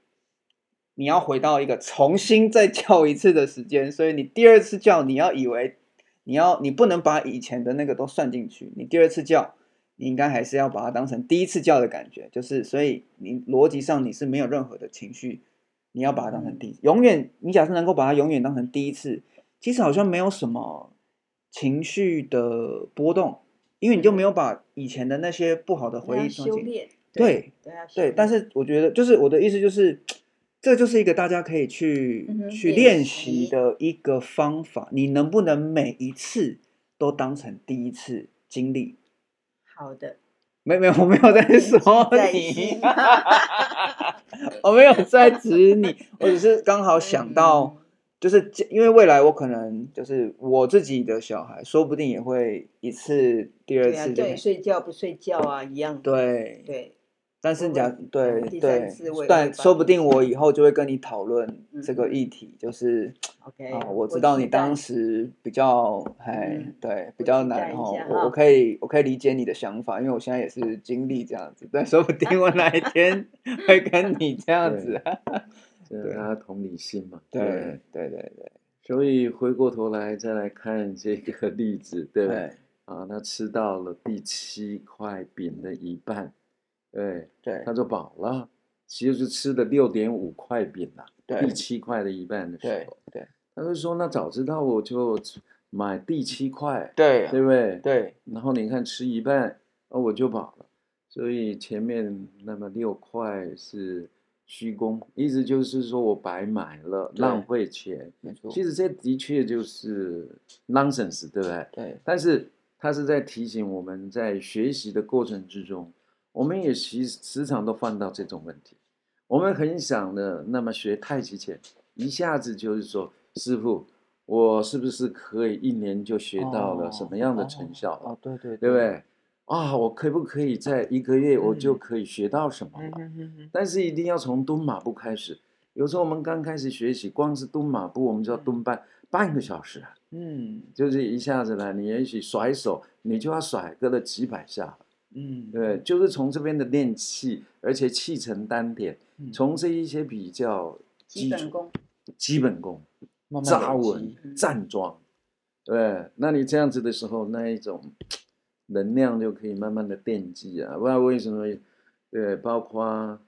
Speaker 1: 你要回到一个重新再叫一次的时间，所以你第二次叫，你要以为你要你不能把以前的那个都算进去。你第二次叫，你应该还是要把它当成第一次叫的感觉，就是所以你逻辑上你是没有任何的情绪，你要把它当成第一，永远你假设能够把它永远当成第一次，其实好像没有什么情绪的波动，因为你就没有把以前的那些不好的
Speaker 3: 我
Speaker 1: 回
Speaker 3: 要
Speaker 1: 忆
Speaker 3: 啊修
Speaker 1: 装进。
Speaker 3: 炼，
Speaker 1: 对，
Speaker 3: 都要修
Speaker 1: 对，
Speaker 3: 炼
Speaker 1: 但是我觉得，就是我的意思就是，这就是一个大家可以去、
Speaker 3: 嗯哼
Speaker 1: 去
Speaker 3: 练
Speaker 1: 练习
Speaker 3: 习
Speaker 1: 的一个方法。你能不能每一次都当成第一次经历？
Speaker 3: 好的，
Speaker 1: 没没有， 我没有在说
Speaker 3: 在
Speaker 1: 你
Speaker 3: 心，
Speaker 1: 我没有在指你，我只是刚好
Speaker 3: 嗯
Speaker 1: 想到，就是因为未来我可能就是我自己的小孩，说不定也会一次、第二
Speaker 3: 嗯对啊，
Speaker 1: 次就可以
Speaker 3: 对，睡觉不睡觉啊一样的，
Speaker 1: 对
Speaker 3: 对，
Speaker 1: 但是
Speaker 3: 我
Speaker 1: 假
Speaker 3: 会嗯
Speaker 1: 对
Speaker 3: 第三
Speaker 1: 对
Speaker 3: 次我也，
Speaker 1: 但
Speaker 3: 会
Speaker 1: 说
Speaker 3: 帮
Speaker 1: 不
Speaker 3: 你
Speaker 1: 定我以后就会跟你讨论
Speaker 3: 嗯
Speaker 1: 这个议题，就是
Speaker 3: ，OK，
Speaker 1: 啊，我知道
Speaker 3: 期
Speaker 1: 你当
Speaker 3: 待
Speaker 1: 时比较哎
Speaker 3: 嗯，
Speaker 1: 对，比
Speaker 3: 我
Speaker 1: 较
Speaker 3: 期待
Speaker 1: 难
Speaker 3: 一
Speaker 1: 哈，
Speaker 3: 下
Speaker 1: 我我
Speaker 3: 哈
Speaker 1: 可以我可以理解你的想法，因为我现在也是经历这样子，但说不定我哪一 天会跟你这样子，
Speaker 2: 这
Speaker 1: 对
Speaker 2: 大家同理心嘛，
Speaker 1: 对
Speaker 2: 不
Speaker 1: 对对对
Speaker 2: 所以回过头来再来看这个例子，对吧？
Speaker 1: 对
Speaker 2: 啊，他吃到了第七块饼的一半，对，
Speaker 1: 对
Speaker 2: 他就饱了，其实是吃的六点五块饼啦，
Speaker 1: 对
Speaker 2: 第七块的一半的时
Speaker 1: 对
Speaker 2: 候，
Speaker 1: 对
Speaker 2: 他就说那早知道我就买第七块，
Speaker 1: 对啊
Speaker 2: 对不对？
Speaker 1: 对
Speaker 2: 然后你看吃一半，哦，我就饱了。所以前面那么六块是虚功，意思就是说我白买了，
Speaker 1: 对
Speaker 2: 浪费钱。
Speaker 1: 没错，
Speaker 2: 其实这的确就是 nonsense，对不对？
Speaker 1: 对
Speaker 2: 但是它是在提醒我们在学习的过程之中，我们也时时常都犯到这种问题。我们很想的，那么学太极拳，一下子就是说，师傅，我是不是可以一年就学到了什么样的成效了？
Speaker 1: 哦，对对
Speaker 2: 对不？对？啊，我可不可以在一个月我就
Speaker 1: 嗯
Speaker 2: 可以学到什么
Speaker 1: 嗯
Speaker 2: 了？
Speaker 1: 哼哼哼
Speaker 2: 但是一定要从蹲马步开始。有时候我们刚开始学习，光是蹲马步，我们就要蹲半半个小时啊，
Speaker 1: 嗯
Speaker 2: 就是一下子来，你也许甩手，你就要甩个了几百下，
Speaker 1: 嗯，
Speaker 2: 对不对，就是从这边的练气，而且气沉丹田，
Speaker 1: 嗯，
Speaker 2: 从这一些比较
Speaker 3: 基
Speaker 2: 基
Speaker 3: 本
Speaker 2: 础、
Speaker 3: 功，
Speaker 2: 基本功、
Speaker 1: 慢慢
Speaker 2: 扎
Speaker 1: 累积
Speaker 2: 稳
Speaker 3: 嗯、
Speaker 2: 站桩，对，那你这样子的时候，那一种能量就可以慢慢的奠基啊。不知道为什么，对，包括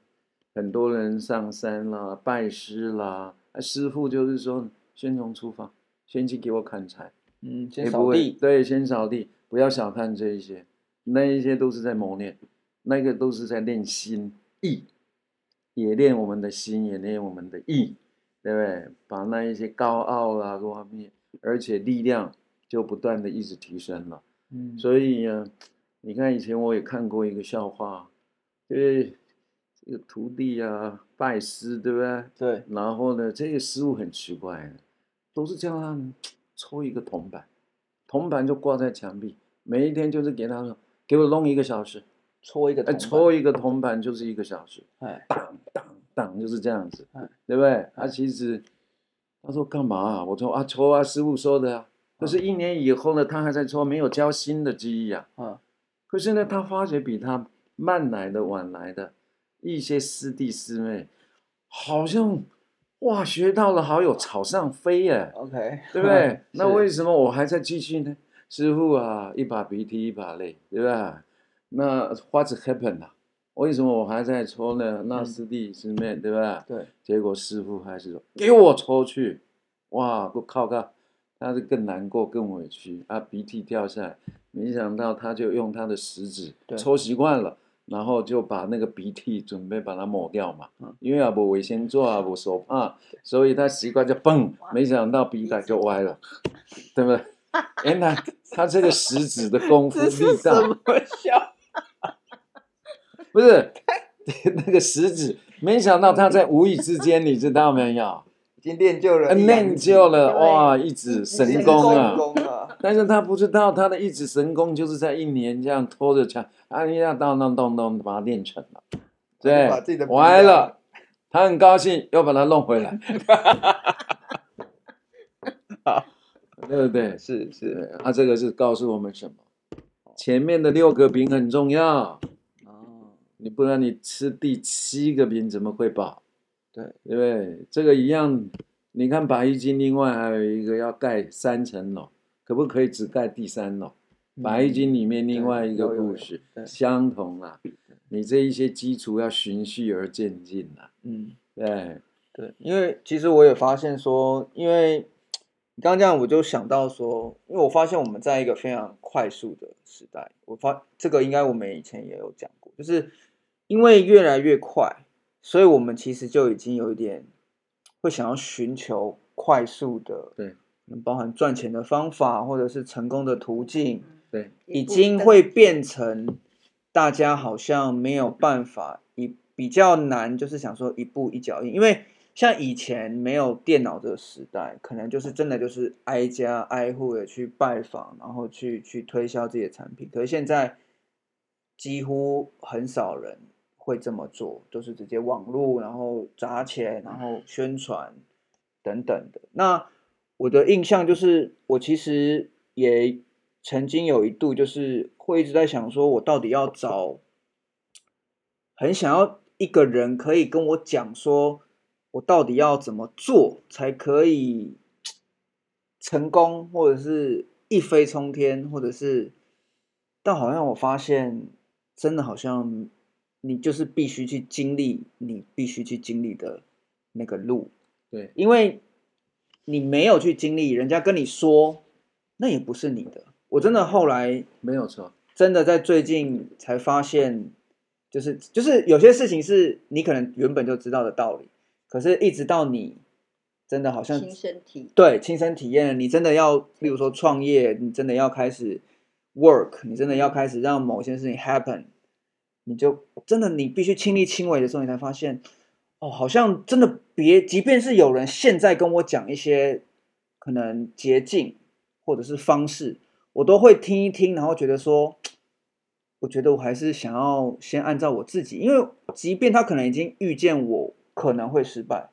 Speaker 2: 很多人上山啦、拜师啦，啊、师傅就是说先从厨房，先去给我砍柴，
Speaker 1: 嗯，
Speaker 2: 也
Speaker 1: 先
Speaker 2: 不
Speaker 1: 扫
Speaker 2: 会
Speaker 1: 地，
Speaker 2: 对，先扫地，不要小看这一些，那一些都是在磨练，那个都是在练心意，也练我们的心，也练我们的意，对不对？把那一些高傲啦、各方面，而且力量就不断的一直提升了。
Speaker 1: 嗯，
Speaker 2: 所以呢，你看以前我也看过一个笑话，就是这个徒弟啊，拜师，对不对？
Speaker 1: 对，
Speaker 2: 然后呢，这个师傅很奇怪，都是叫他们抽一个铜板，铜板就挂在墙壁，每一天就是给他说，给我弄一个小时，
Speaker 1: 搓一个铜
Speaker 2: 哎，
Speaker 1: 板，
Speaker 2: 抽一个铜板就是一个小时，
Speaker 1: 哎，
Speaker 2: 当当当就是这样子
Speaker 1: 哎，
Speaker 2: 对不对？他其实他说干嘛、啊？我说啊，抽啊，师傅说的啊。可是，一年以后呢，他还在抽，没有教新的技艺啊。
Speaker 1: 嗯
Speaker 2: 可是呢，他发觉比他慢来的、晚来的一些师弟师妹，好像哇学到了，好有草上飞耶，
Speaker 1: ，OK，
Speaker 2: 对 不对？那
Speaker 1: 哦是
Speaker 2: 为什么我还在继续呢？师傅啊，一把鼻涕一把泪，对吧？那 What happened 啊？为什么我还在抽呢？那
Speaker 1: 嗯
Speaker 2: 师弟师妹，对吧？
Speaker 1: 对，
Speaker 2: 结果师傅还是说给我抽去，哇，我靠靠，他是更难过更委屈啊，鼻涕掉下来，没想到他就用他的食指
Speaker 1: 对
Speaker 2: 抽习惯了，然后就把那个鼻涕准备把它抹掉嘛，
Speaker 1: 嗯
Speaker 2: 因为啊我卫生纸啊我手帕，所以他习惯就蹦，没想到鼻盖就歪了，对不对？原来他这个食指的功夫
Speaker 1: 这是
Speaker 2: 力
Speaker 1: 什
Speaker 2: 道
Speaker 1: 么 笑？
Speaker 2: 不是那个食指，没想到他在无意之间，你知道没有？
Speaker 1: 已经练就了一两
Speaker 2: 哎练
Speaker 1: 集
Speaker 2: 就了
Speaker 3: 对
Speaker 2: 哇，一指神功啊！
Speaker 1: 功啊！
Speaker 2: 但是他不知道他的一指神功就是在一年这样拖着墙，啊，一下当当当当 把它练成了，对
Speaker 1: 把自己的，笔
Speaker 2: 歪
Speaker 1: 量
Speaker 2: 了，他很高兴又把它弄回 来，对不对？
Speaker 1: 是
Speaker 2: 对
Speaker 1: 是，，
Speaker 2: 啊，这个是告诉我们什么？前面的六个饼很重要，
Speaker 1: 哦，
Speaker 2: 你不然你吃第七个饼怎么会饱？
Speaker 1: 对
Speaker 2: 对不对？这个一样，你看《百亿金》另外还有一个要盖三层楼，可不可以只盖第三楼？法
Speaker 1: 嗯
Speaker 2: 医经里面另外一个
Speaker 1: 对有有
Speaker 2: 故
Speaker 1: 有
Speaker 2: 事，
Speaker 1: 对
Speaker 2: 相同啦、你这一些基础要循序而渐进啦、
Speaker 1: 嗯，
Speaker 2: 对，
Speaker 1: 对，因为其实我也发现说，因为你刚刚这样，我就想到说，因为我发现我们在一个非常快速的时代，我发这个应该我们以前也有讲过，就是因为越来越快，所以我们其实就已经有一点会想要寻求快速的，嗯
Speaker 2: 对，
Speaker 1: 包含赚钱的方法或者是成功的途径，
Speaker 3: 嗯
Speaker 2: 对，
Speaker 3: 一
Speaker 1: 已
Speaker 3: 步
Speaker 1: 经
Speaker 3: 登
Speaker 1: 会变成大家好像没有办法一比较难，就是想说一步一脚印，因为像以前没有电脑的时代，可能就是真的就是挨家挨户的去拜访，然后去去推销自己的产品。可是现在几乎很少人会这么做，就是直接网络，然后砸钱，然后宣传等等的。那我的印象就是，我其实也曾经有一度就是会一直在想，说我到底要找，很想要一个人可以跟我讲说，我到底要怎么做才可以成功，或者是一飞冲天，或者是，但好像我发现，真的好像你就是必须去经历，你必须去经历的那个路，
Speaker 2: 对，
Speaker 1: 因为你没有去经历，人家跟你说，那也不是你的。我真的后来
Speaker 2: 没有错，
Speaker 1: 真的在最近才发现，就是就是有些事情是你可能原本就知道的道理，可是一直到你真的好像
Speaker 3: 亲身体
Speaker 1: 对亲身体验了，你真的要，例如说创业，你真的要开始 work，你真的要开始让某些事情 happen，你就真的你必须亲力亲为的时候，你才发现，哦，好像真的别，即便是有人现在跟我讲一些可能捷径或者是方式，我都会听一听，然后觉得说，我觉得我还是想要先按照我自己，因为即便他可能已经预见我可能会失败，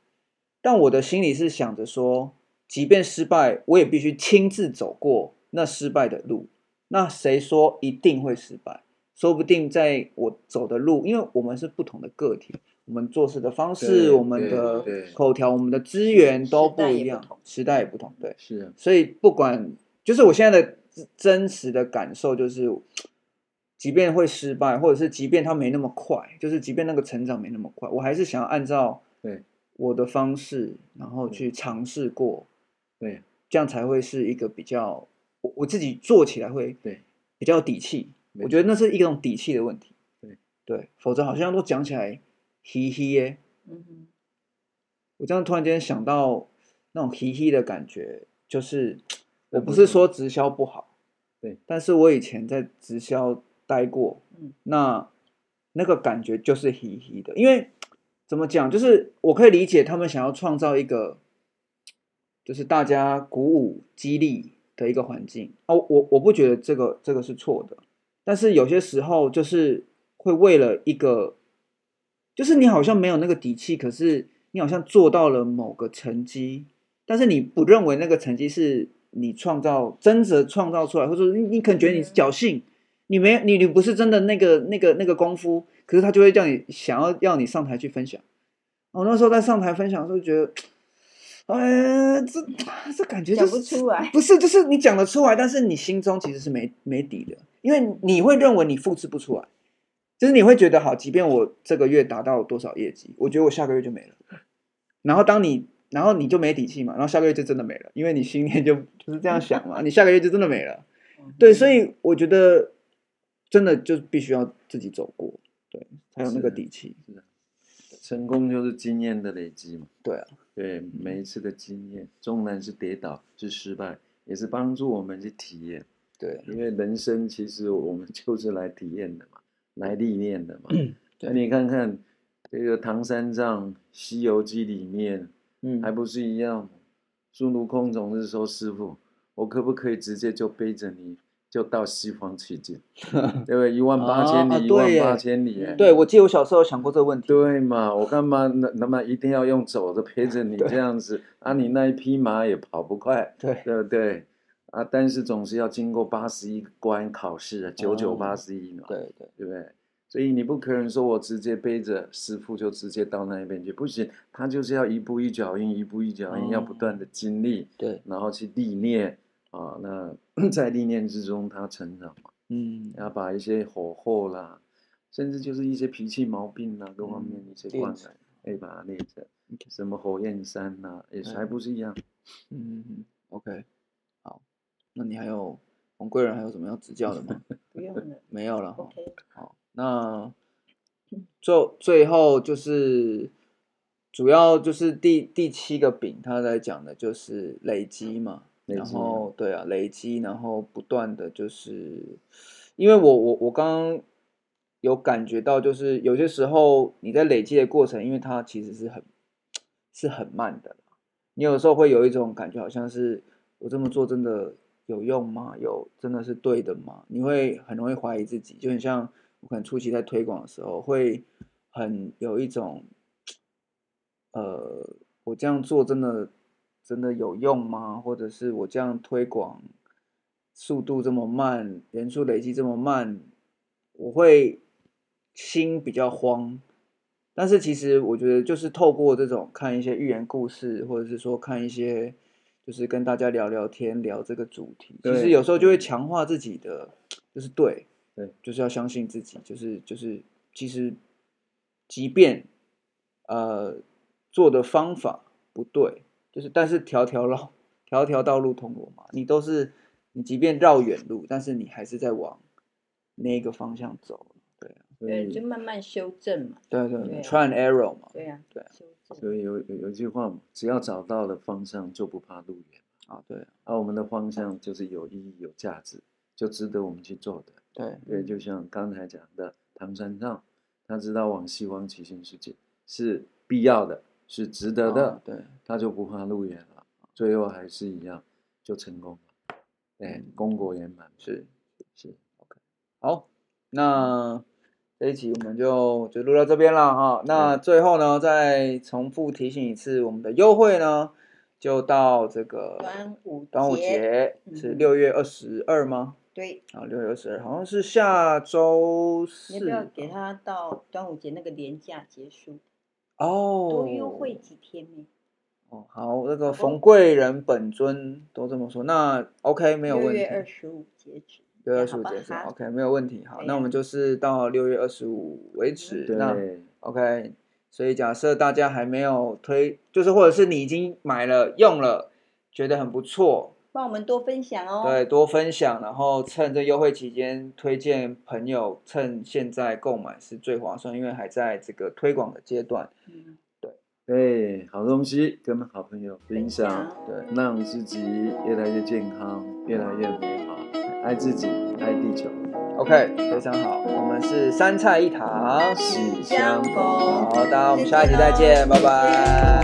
Speaker 1: 但我的心里是想着说，即便失败，我也必须亲自走过那失败的路。那谁说一定会失败？说不定在我走的路，因为我们是不同的个体，我们做事的方
Speaker 2: 对
Speaker 1: 式、我们
Speaker 2: 对
Speaker 1: 的
Speaker 2: 对
Speaker 1: 口条、我们的资源都不一
Speaker 3: 时代也不
Speaker 1: 样
Speaker 3: 同，
Speaker 1: 时代也不同，对。
Speaker 2: 是啊，
Speaker 1: 所以不管，就是我现在的真真实的感受就是，即便会失败，或者是即便它没那么快，就是即便那个成长没那么快，我还是想要按照
Speaker 2: 对
Speaker 1: 我的方式，然后去尝试过，
Speaker 2: 对
Speaker 1: 这样才会是一个比较我我自己做起来会
Speaker 2: 对
Speaker 1: 比较有底气。
Speaker 2: 没
Speaker 1: 我觉得那是一种底气的问题。
Speaker 2: 对
Speaker 1: 对，否则好像都讲起来嘿嘿 耶。
Speaker 3: 嗯哼，
Speaker 1: 我这样突然间想到那种嘻嘻的感觉，就是我
Speaker 2: 忍
Speaker 1: 不
Speaker 2: 不
Speaker 1: 是
Speaker 2: 住
Speaker 1: 说直销不好，
Speaker 2: 对，
Speaker 1: 但是我以前在直销待过，
Speaker 3: 嗯，
Speaker 1: 那那个感觉就是嘻嘻的，因为怎么讲，就是我可以理解他们想要创造一个就是大家鼓舞激励的一个环境哦，我我不觉得这个这个是错的，但是有些时候就是会为了一个，就是你好像没有那个底气，可是你好像做到了某个成绩，但是你不认为那个成绩是你创造真的创造出来，或者说你你可能觉得你是侥幸，你没你你不是真的那个那个那个功夫，可是他就会叫你想要要你上台去分享。我那时候在上台分享的时候，觉得，哎，这这感觉就
Speaker 3: 讲
Speaker 1: 是
Speaker 3: 不出来
Speaker 1: 不是，就是你讲得出来，但是你心中其实是没没底的，因为你会认为你复制不出来，就是你会觉得好，即便我这个月达到多少业绩，我觉得我下个月就没了。然后当你，然后你就没底气嘛，然后下个月就真的没了，因为你心里就就是这样想 嘛，你下个月就真的没了。 对，
Speaker 3: 嗯
Speaker 1: 所以我觉得真的就必须要自己走过，对，才有那个
Speaker 2: 是
Speaker 1: 底气。
Speaker 2: 成功就是经验的累积嘛。
Speaker 1: 对啊，
Speaker 2: 对，每一次的经验，纵然是跌倒是失败，也是帮助我们去体验。
Speaker 1: 对，
Speaker 2: 因为人生其实我们 就是来体验的嘛，来历练的嘛。
Speaker 1: 嗯对
Speaker 2: 那你看看这个唐三藏《西游记》里面，
Speaker 1: 嗯，
Speaker 2: 还不是一样？孙悟空总是说：“师傅，我可不可以直接就背着你就到西方去 见？对不对？一万八千
Speaker 1: 啊啊
Speaker 2: 里，一万
Speaker 1: 对耶
Speaker 2: 八千里。”哎，
Speaker 1: 对，我记得我小时候有想过这个问题。
Speaker 2: 对嘛，我干嘛那那么一定要用走的陪着你这样子？啊，你那一匹马也跑不快，
Speaker 1: 对，
Speaker 2: 对不对？啊，但是总是要经过八十一关考试啊，九九
Speaker 1: 哦
Speaker 2: 八十一嘛，
Speaker 1: 对对，
Speaker 2: 对不对？所以你不可能说我直接背着师傅就直接到那一边去，不行，他就是要一步
Speaker 1: 哦
Speaker 2: 一脚印，一步一脚印，要不断的经历，
Speaker 1: 对，
Speaker 2: 然后去历练啊，那 在历练之中他成长嘛，
Speaker 1: 嗯，
Speaker 2: 然后把一些火候啦，甚至就是一些脾气毛病啦，各方面
Speaker 1: 嗯
Speaker 2: 一些
Speaker 1: 练
Speaker 2: 灌
Speaker 1: 成
Speaker 2: 溉，哎，把它练成
Speaker 1: OK。
Speaker 2: 什么火焰山呐、也是还
Speaker 1: 嗯
Speaker 2: 不是一样。
Speaker 1: 嗯嗯，OK，好，那你还有红贵人还有什么要指教的 吗？
Speaker 3: 不用了
Speaker 1: 没有了哈。
Speaker 3: ，OK，
Speaker 1: 好，那最最后就是主要就是第第七个饼，它在讲的就是累积嘛，
Speaker 2: 累
Speaker 1: 然
Speaker 2: 积
Speaker 1: 后对啊，累积，然后不断的就是，因为我我我刚刚有感觉到，就是有些时候你在累积的过程，因为它其实是很是很慢的，你有时候会有一种感觉，好像是我这么做真的有用吗？有真的是对的吗？你会很容易怀疑自己，就很像我可能初期在推广的时候，会很有一种，呃，我这样做真的真的有用吗？或者是我这样推广速度这么慢，人数累积这么慢，我会心比较慌。但是其实我觉得，就是透过这种看一些寓言故事，或者是说看一些，就是跟大家聊聊天，聊这个主题，其实
Speaker 2: 对
Speaker 1: 有时候就会
Speaker 2: 嗯
Speaker 1: 强化自己的，就是对，
Speaker 2: 对，
Speaker 1: 就是要相信自己，就是就是，其实即便呃做的方法不对，就是但是条条绕条条道路通罗马，你都是你即便绕远路，但是你还是在往那个方向走。
Speaker 2: 所
Speaker 3: 对，就
Speaker 2: 以，
Speaker 3: 慢慢修正嘛，
Speaker 1: 对对
Speaker 3: 对
Speaker 1: 对
Speaker 3: 啊
Speaker 1: ，try and error 嘛，
Speaker 3: 对呀、
Speaker 1: 对
Speaker 3: 修正，
Speaker 2: 所以有有有一句话嘛，只要找到了方向，就不怕路远。
Speaker 1: 啊对
Speaker 2: 而、我们的方向就是有意义、有价值，就值得我们去做的。
Speaker 1: 对，
Speaker 2: 对，就像刚才讲的唐三藏，他知道往西方极心世界是必要的，是值得的，
Speaker 1: 啊对，
Speaker 2: 他就不怕路远了。最后还是一样，就成功了。对
Speaker 1: 嗯，
Speaker 2: 功果圆满。
Speaker 1: 是
Speaker 2: 是，
Speaker 1: 好，那这一集我们就就录到这边了哈。
Speaker 3: 嗯
Speaker 1: 那最后呢，再重复提醒一次，我们的优惠呢就到这个
Speaker 3: 端午
Speaker 1: 端午节是
Speaker 3: 嗯
Speaker 1: 六月二十二吗？
Speaker 3: 对，
Speaker 1: 啊，六月二十二好像是下周
Speaker 3: 你要不要
Speaker 1: 四
Speaker 3: 给他到端午节那个连假结束，
Speaker 1: 哦，
Speaker 3: 多优惠几天呢？
Speaker 1: 哦。好，那个
Speaker 3: 不
Speaker 1: 冯贵人本尊都这么说，那 OK 没有
Speaker 3: 六
Speaker 1: 问
Speaker 3: 月
Speaker 1: 题。
Speaker 3: 二十五截止，
Speaker 1: 六月二
Speaker 3: 哎
Speaker 1: 十
Speaker 3: 好
Speaker 1: 五
Speaker 3: 吧
Speaker 1: 结束
Speaker 3: 好
Speaker 1: ，OK，没有问题。好，
Speaker 3: 对
Speaker 1: 那我
Speaker 3: 呀嗯
Speaker 1: 们就是到六月二十五为止。那
Speaker 2: 对，
Speaker 1: OK，所以假设大家还没有推，就是或者是你已经买了用了，觉得很不错，
Speaker 3: 帮我们多分享哦。
Speaker 1: 对，多分享，然后趁这优惠期间推荐朋友，趁现在购买是最划算，因为还在这个推广的阶段。
Speaker 3: 对，
Speaker 2: 对，好东西跟好朋友分
Speaker 3: 分
Speaker 2: 享，
Speaker 3: 享，
Speaker 1: 对，
Speaker 2: 让自己越来越健康，越来越美好。爱自己，爱地球，
Speaker 1: ，OK，非常好，我们是三菜一汤，
Speaker 2: 喜相
Speaker 3: 相逢
Speaker 2: 逢。
Speaker 1: 好，大家我们下一集再见，拜拜。